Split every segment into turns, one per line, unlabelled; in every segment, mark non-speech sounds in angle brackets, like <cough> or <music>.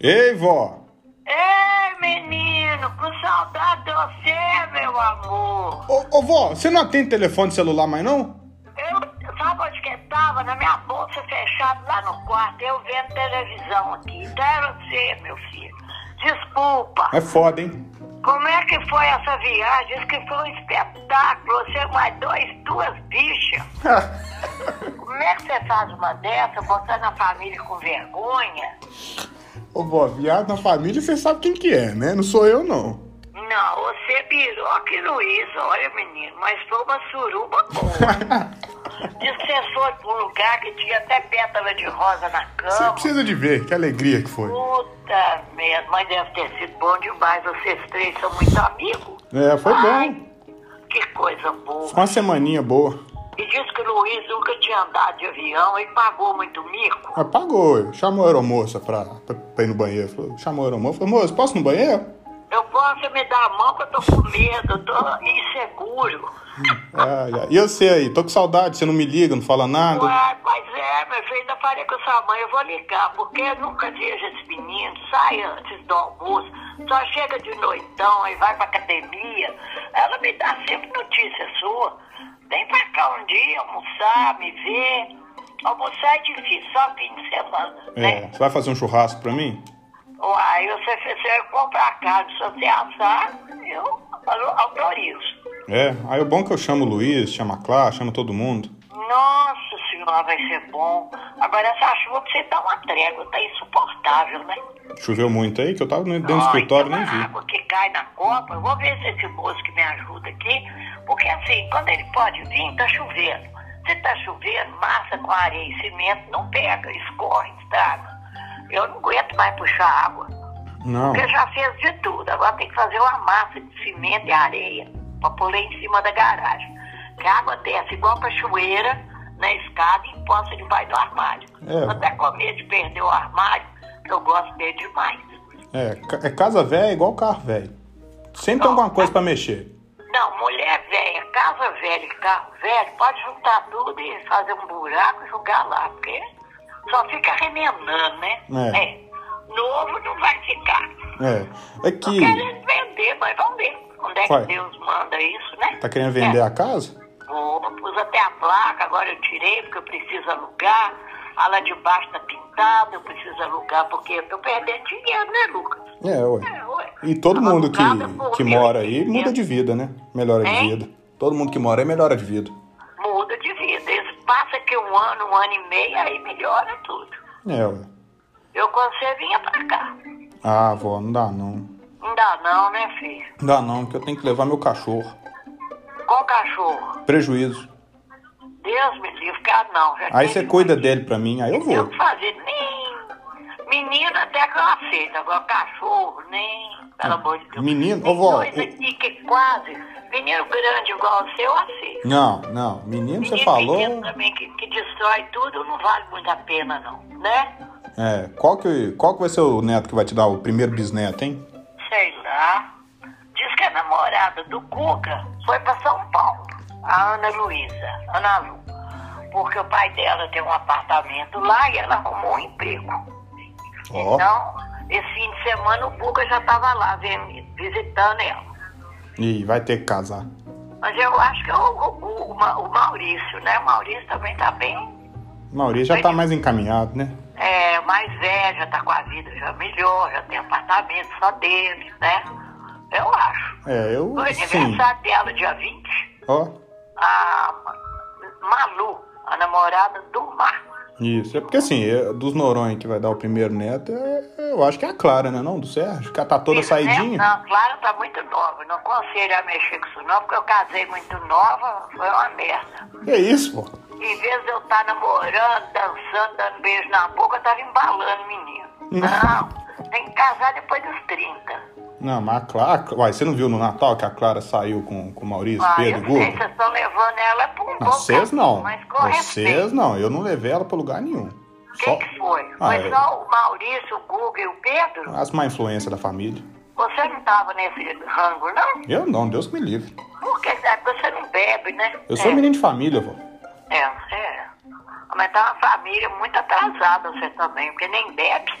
Ei, vó!
Ei, menino, com saudade de você, meu amor.
Ô, ô vó, você não atende telefone celular mais não?
Eu, sabe onde que eu tava? Na minha bolsa fechada lá no quarto, eu vendo televisão aqui. Então era você, meu filho. Desculpa.
É foda, hein?
Como é que foi essa viagem? Diz que foi um espetáculo. Você é mais dois, duas bichas. Como é que você faz uma dessa, botando a família com vergonha?
<laughs> Ô, vó, viado na família, você sabe quem que é, né? Não sou eu, não. <laughs>
Não, você pirou aqui no isso, olha menino, mas foi uma suruba boa. Diz que você foi pra um lugar que tinha até pétala de rosa na
Você
cama.
precisa de ver, que alegria que foi.
Puta merda, mas deve ter sido bom demais. Vocês três são muito amigos.
É, foi bom.
Que coisa boa.
Uma semaninha boa.
E diz que o Luiz nunca tinha andado de avião e pagou muito mico.
Mas Ah, pagou, chamou a aeromoça pra, pra, pra ir no banheiro. Falou, Chamou a aeromoça, falou, moço, posso ir no banheiro?
Eu posso me dar a mão que eu tô com medo, eu tô inseguro.
Ai, ai. E eu sei aí, tô com saudade, você não me liga, não fala nada.
Ué, pois é, meu filho, ainda falei com sua mãe, eu vou ligar, porque eu nunca vejo esse menino, sai antes do almoço, só chega de noitão e vai pra academia. Ela me dá sempre notícia sua. Vem pra cá um dia almoçar, me ver. Almoçar é difícil, só fim de semana,
É,
né?
você vai fazer um churrasco pra mim?
Uai, você, você compra a carne, se você assar, eu autorizo.
É, aí o bom é que eu chamo o Luiz, chama a Clara, chama todo mundo.
Nossa senhora, vai ser bom. Agora essa chuva pra você dar uma trégua, tá insuportável, né?
Choveu muito aí, que eu tava dentro do
Ai,
um escritório
então
nem
a
vi.
água que cai na copa, eu vou ver se esse moço que me ajuda aqui, porque assim, quando ele pode vir, tá chovendo. Se tá chovendo, massa com areia e cimento não pega, escorre, estraga. Eu não aguento mais puxar água,
Não,
porque já fez de tudo. Agora tem que fazer uma massa de cimento e areia pra pôr lá em cima da garagem. Que a água desce igual cachoeira na escada e poça debaixo do armário.
É.
Eu até com medo de perder o armário, que eu gosto dele demais.
é, ca- é casa velha igual carro velho. Sempre tem alguma coisa pra mexer.
Não, mulher velha, casa velha, e carro velho, pode juntar tudo e fazer um buraco e jogar lá, porque só fica remendando, né?
É.
Novo não vai ficar.
É, é
Não
que
querendo vender, mas vamos ver onde é que
Vai.
Deus manda isso, né?
tá querendo vender
É.
a casa?
Vou, pus até a placa, agora eu tirei porque eu preciso alugar. A lá de baixo tá pintada, eu preciso alugar porque eu tô perdendo dinheiro, né, Lucas?
É, ué.
É, ué.
E todo
Tava
mundo
alugada por
que, que mora aí
1.800.
muda de vida, né? Melhora de
Hein?
vida. Todo mundo que mora aí melhora de vida.
muda de vida. Eles passam aqui um ano, um ano e meio, aí melhora tudo.
É, ué.
Eu quando você vinha pra cá.
Ah, vó, não dá não.
Não dá não, né, filho?
Não dá não, porque eu tenho que levar meu cachorro.
Com cachorro.
Prejuízo.
Deus me livre, cara, não. Já
Aí
tive
você cuida dele pra mim, aí eu
Eu
vou.
não fazia nem... Menino até que eu aceito, agora cachorro, nem... Pelo amor de Deus.
Ah, Menino, ô,
Tem
vó,
Coisa
eu-
aqui que quase... Menino grande igual o seu, eu aceito.
Não, não. Menino, você
Menino
falou.
pequeno né? também que, que destrói tudo, não vale muito a pena, não. Né?
É, qual que, qual que vai ser o neto que vai te dar o primeiro bisneto, hein?
Sei lá. Diz que a namorada do Cuca foi pra São Paulo, a Ana Luísa, Ana Lu. Porque o pai dela tem um apartamento lá e ela arrumou um emprego.
Ó,
Então, esse fim de semana o Cuca já tava lá vendo- visitando ela.
e vai ter que casar.
Mas eu acho que é o, o, o Ma- o Maurício, né? O Maurício também tá bem.
Maurício já tá mais encaminhado, né?
É, mais velho, já tá com a vida já melhor, já tem apartamento só dele, né? Eu acho.
É, eu,
O
sim.
aniversário dela, dia 20.
Ó,
a Malu, a namorada do Marcos.
isso. É porque assim, é- dos Noronha que vai dar o primeiro neto, é- eu acho que é a Clara, né não? Do Sérgio, que ela tá toda
Isso, né?
saidinha.
Não, Clara tá muito nova. Não aconselho a mexer com isso não, porque eu casei muito nova, foi uma merda.
É isso, pô.
Em vez de eu estar namorando, dançando, dando beijo na boca, eu tava embalando o menino.
Hum.
Não, tem que casar depois dos 30.
Não, mas a Clara. Uai, você não viu no Natal que a Clara saiu com, com o Maurício,
Ah, eu
Pedro e
sei,
Guga?
vocês estão levando ela pra um
Não,
bom
vocês
caminho,
não.
Mas com
Vocês
respeito.
não. Eu não levei ela pra lugar nenhum. Só
Quem assim? que foi?
Ah,
foi
eu-
só o Maurício, o Guga e o Pedro?
as má influência da família.
Você não tava nesse rango, não?
Eu não, Deus que me livre.
Porque é porque você não bebe, né?
Eu sou
é.
menino de família, vó.
É, é. tá Mas tá uma família muito atrasada você também, porque nem bebe.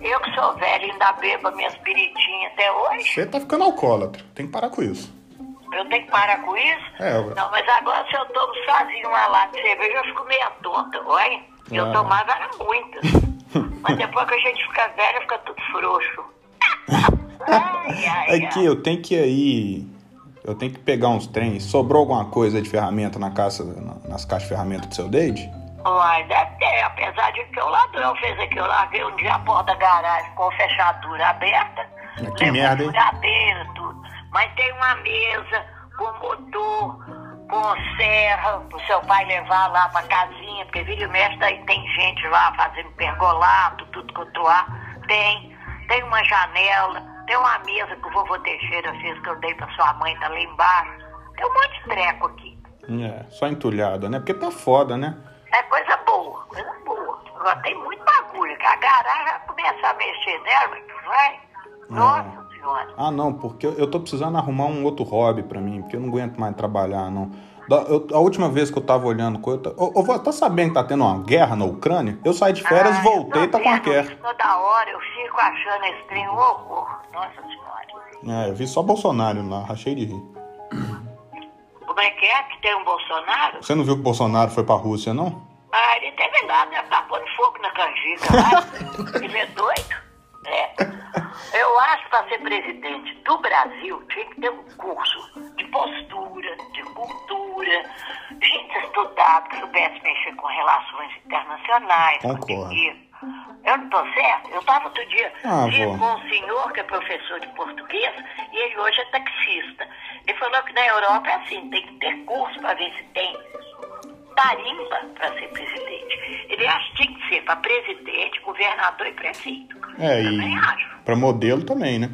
Eu que sou velha, ainda bebo minhas piritinhas até hoje.
Você tá ficando alcoólatra. Tem que parar com isso.
Eu tenho que parar com isso?
É, eu-
Não, mas agora se eu tomo sozinho uma lata de cerveja, eu fico meia tonta, olha. Eu
Ah.
tomava era
<laughs>
muitas. mas depois que a gente fica velha, fica tudo
<laughs>
frouxo. ai, ai,
Aqui, eu tenho É que ir aí. Eu tenho que pegar uns trens. Sobrou alguma coisa de ferramenta na caça, na- nas caixas de ferramenta do seu date?
Uai, deve ter, apesar de que o ladrão fez aqui, eu larguei um dia a porta da garagem com a fechadura aberta.
Que
levou
merda, hein?
furadeira, tudo. Mas tem uma mesa com motor, com serra, pro seu pai levar lá pra casinha, porque vira e mexe, daí tem gente lá fazendo pergolato, tudo quanto há. Tem, tem uma janela, tem uma mesa que o vovô Teixeira fez que eu dei pra sua mãe, tá lá embaixo. Tem um monte de treco aqui.
É, só entulhada, né? Porque tá foda, né?
É coisa boa, coisa boa. Agora tem muito bagulho, que a garagem vai começar a mexer nela, não vai? Nossa senhora.
Ah, não, porque eu- eu tô precisando arrumar um outro hobby pra mim, porque eu não aguento mais trabalhar, não. Da- eu- a última vez que eu tava olhando coisa. Eu, eu vou- tá sabendo que tá tendo uma guerra na Ucrânia? Eu saí de férias,
Ah,
voltei
eu
e
tô
tá com uma
vendo
guerra.
isso Toda hora eu fico achando esse trem um horror. Nossa senhora.
É, eu vi só Bolsonaro lá, rachei de rir.
Como é que é que tem um Bolsonaro?
Você não viu que o Bolsonaro foi pra Rússia, não?
Ah, ele teve lá, né? Tá pondo fogo na canjica lá.
<laughs>
ele é doido. É. Eu acho que pra ser presidente do Brasil tinha que ter um curso de postura, de cultura, gente estudada que soubesse mexer com relações internacionais. com
Concordo.
dinheiro. Eu não tô certo? Eu tava outro dia
Ah,
vi
vó.
com um senhor que é professor de português e ele hoje é taxista. Ele falou que na Europa é assim, tem que ter curso pra ver se tem tarimba para ser presidente. Ele acha que tinha que ser para presidente, governador e prefeito.
É,
Também
e.
acho.
Pra modelo também, né?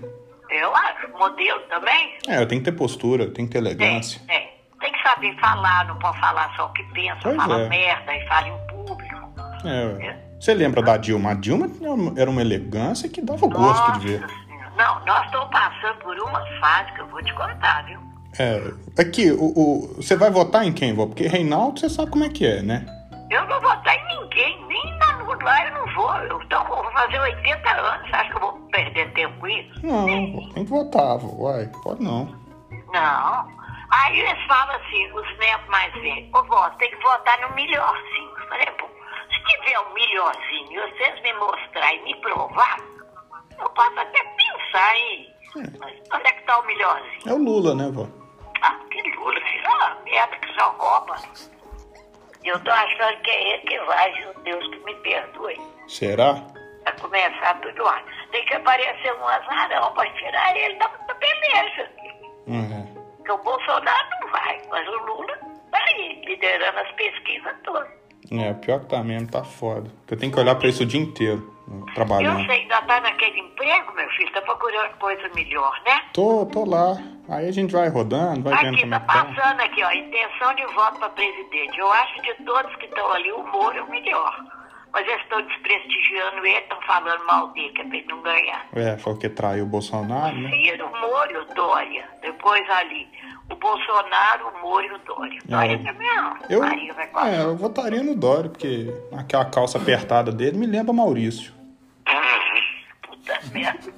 Eu acho. Modelo também?
É, tem que ter postura, tem que ter
Tem,
elegância.
tem. Tem que saber falar, não pode falar só o que pensa,
Pois
fala
é.
merda e fala em público.
É, ué. Você lembra da Dilma? A Dilma tinha uma- era uma elegância que dava gosto de ver.
Senhora. Não, nós estamos passando por uma fase que eu vou te contar, viu?
É, aqui, o, o- você vai votar em quem, vó? Porque Reinaldo, você sabe como é que é, né?
Eu não vou votar em ninguém, nem na lá eu não vou. Eu tô, eu vou fazer 80 anos, você acha que eu vou perder tempo com isso?
Não, vó, tem que votar, vó. Uai, pode não.
Não. Aí eles falam assim, os netos mais velhos, ô vó, tem que votar no melhorzinho. Eu falei, pô, se tiver um melhorzinho e vocês me mostrarem e me provar, eu posso até pensar em. Mas onde é que tá o melhorzinho?
É o Lula, né, vó?
Ah, que Lula, filho, ah, merda que só rouba. Eu tô achando que é ele que vai, meu Deus, que me perdoe.
Será?
Pra começar tudo lá. Tem que aparecer um azarão pra tirar ele da da beleza.
É.
Porque o Bolsonaro não vai, mas o Lula tá aí, liderando as pesquisas todas.
É, pior que tá mesmo, tá foda. Porque eu tenho que olhar pra isso o dia inteiro, né,
Eu
trabalhando.
sei, ainda tá naquele emprego, meu filho, tá procurando coisa melhor, né?
Tô, tô lá. Aí a gente vai rodando, vai vendo
Aqui,
como é
tá
que tá.
passando aqui, ó, intenção de voto pra presidente. Eu acho de todos que estão ali, o Moro é o melhor. Mas eles estão desprestigiando ele, estão falando mal dele, que é pra ele não ganhar.
É, foi o que traiu o Bolsonaro, né?
Ciro, Moro, Dória, depois ali. O Bolsonaro, o Moro e o Dória. Dória também, não.
Eu,
Maria vai com a
é, eu votaria no Dória, porque aquela calça apertada dele me lembra Maurício.
Puta merda.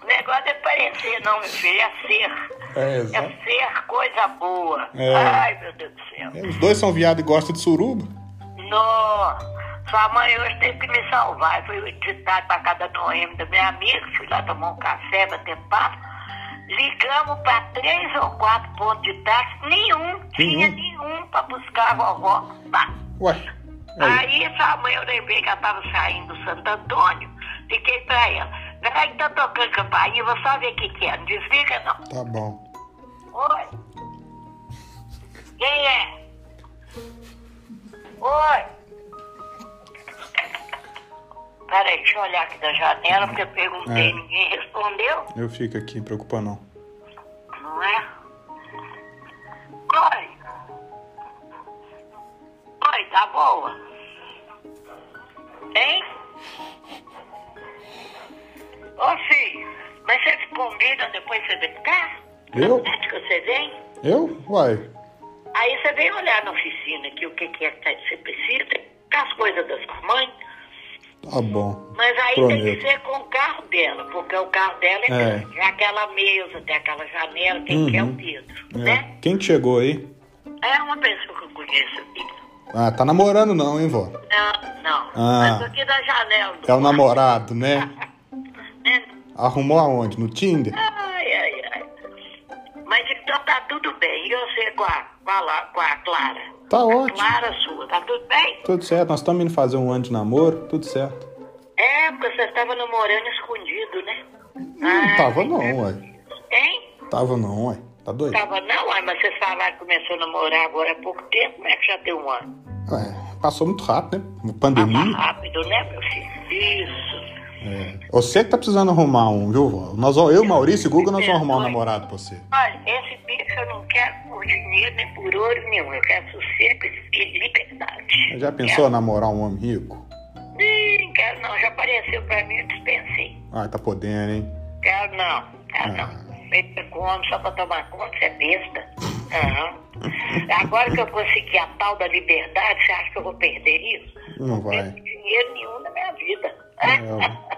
O negócio é parecer, não, meu filho, é ser.
É,
É ser coisa boa.
É.
Ai, meu Deus do céu.
Os dois são viado e gostam de suruba.
Nossa, sua mãe hoje teve que me salvar. Eu fui de tarde pra casa do OM da minha amiga, fui lá tomar um café, bater papo. Ligamos pra três ou quatro pontos de táxi, nenhum, tinha nenhum pra buscar a vovó. Bah.
Ué, é aí.
Aí essa mãe, eu lembrei que ela tava saindo do Santo Antônio, fiquei pra ela. Peraí que tá tocando campainha, vou só ver o que que é. Não desliga não.
Tá bom.
Oi. Quem é? Oi. Peraí, deixa eu olhar aqui da janela, porque eu perguntei,
É.
ninguém respondeu,
Eu fico aqui, preocupa não.
não é? Oi. Oi, tá boa? Hein? Ô, filho, mas vocês combinam depois você vem cá?
Eu?
Antes que você vem?
Eu? Uai.
Aí você tá vem olhar na oficina aqui o que, que é que você precisa, as coisas da sua mãe.
Tá bom.
Mas aí tem que
Prometo.
ser com o carro dela, porque o carro dela é,
É.
grande. É aquela mesa, tem aquela janela, tem que ter
Uhum.
um vidro,
É.
né?
Quem que chegou aí?
É uma pessoa que eu conheço aqui.
Ah, tá namorando não, hein, vó?
Não, não.
Ah.
Mas aqui da janela. do
É o
quarto,
namorado, né?
né?
Arrumou aonde? No Tinder?
Ai, ai, ai. Mas então tá tudo bem. E você com a, com a, La- com a Clara?
Tá
A
ótimo.
Clara sua, tá tudo bem?
Tudo certo, nós estamos indo fazer um ano de namoro, tudo certo.
É, porque você estava namorando escondido, né?
Não Hum, tava não, ué.
Hein?
Tava não, ué. Tá doido?
Tava não, ai, mas vocês falaram que começou a namorar agora há pouco tempo, como é que já tem um ano?
É, passou muito rápido, né?
Passa
Pandemia.
rápido, né, meu filho? Isso.
É. Você que tá precisando arrumar um, viu, vó? Nós, vamos- eu, Maurício e Guga, nós vamos arrumar um
Oi.
namorado pra você.
Olha, esse bicho eu não quero por dinheiro nem por ouro nenhum. Eu quero sossego e liberdade.
Já pensou em namorar um homem rico?
Quero. Ih, quero não. Já apareceu pra mim, eu dispensei.
Ah, tá podendo, hein?
Quero não. Quero
Ah.
não. Feita com homem só pra tomar conta, você é besta. Aham. Agora que eu consegui a tal da liberdade, você acha que eu vou perder isso?
Não
Não
vai.
tenho dinheiro nenhum na minha vida. Ah,
É, vó.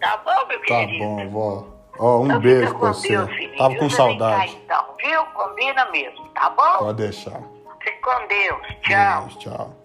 Tá bom, meu
tá
querido?
bom, vó. Ó, um
Então
beijo
fica
pra
com
você.
Deus, filhinho,
Tava
viu?
com
Você
saudade.
vem cá, então, viu? Combina mesmo, tá bom?
Pode deixar.
Fique com Deus. Tchau.
Beijo, tchau.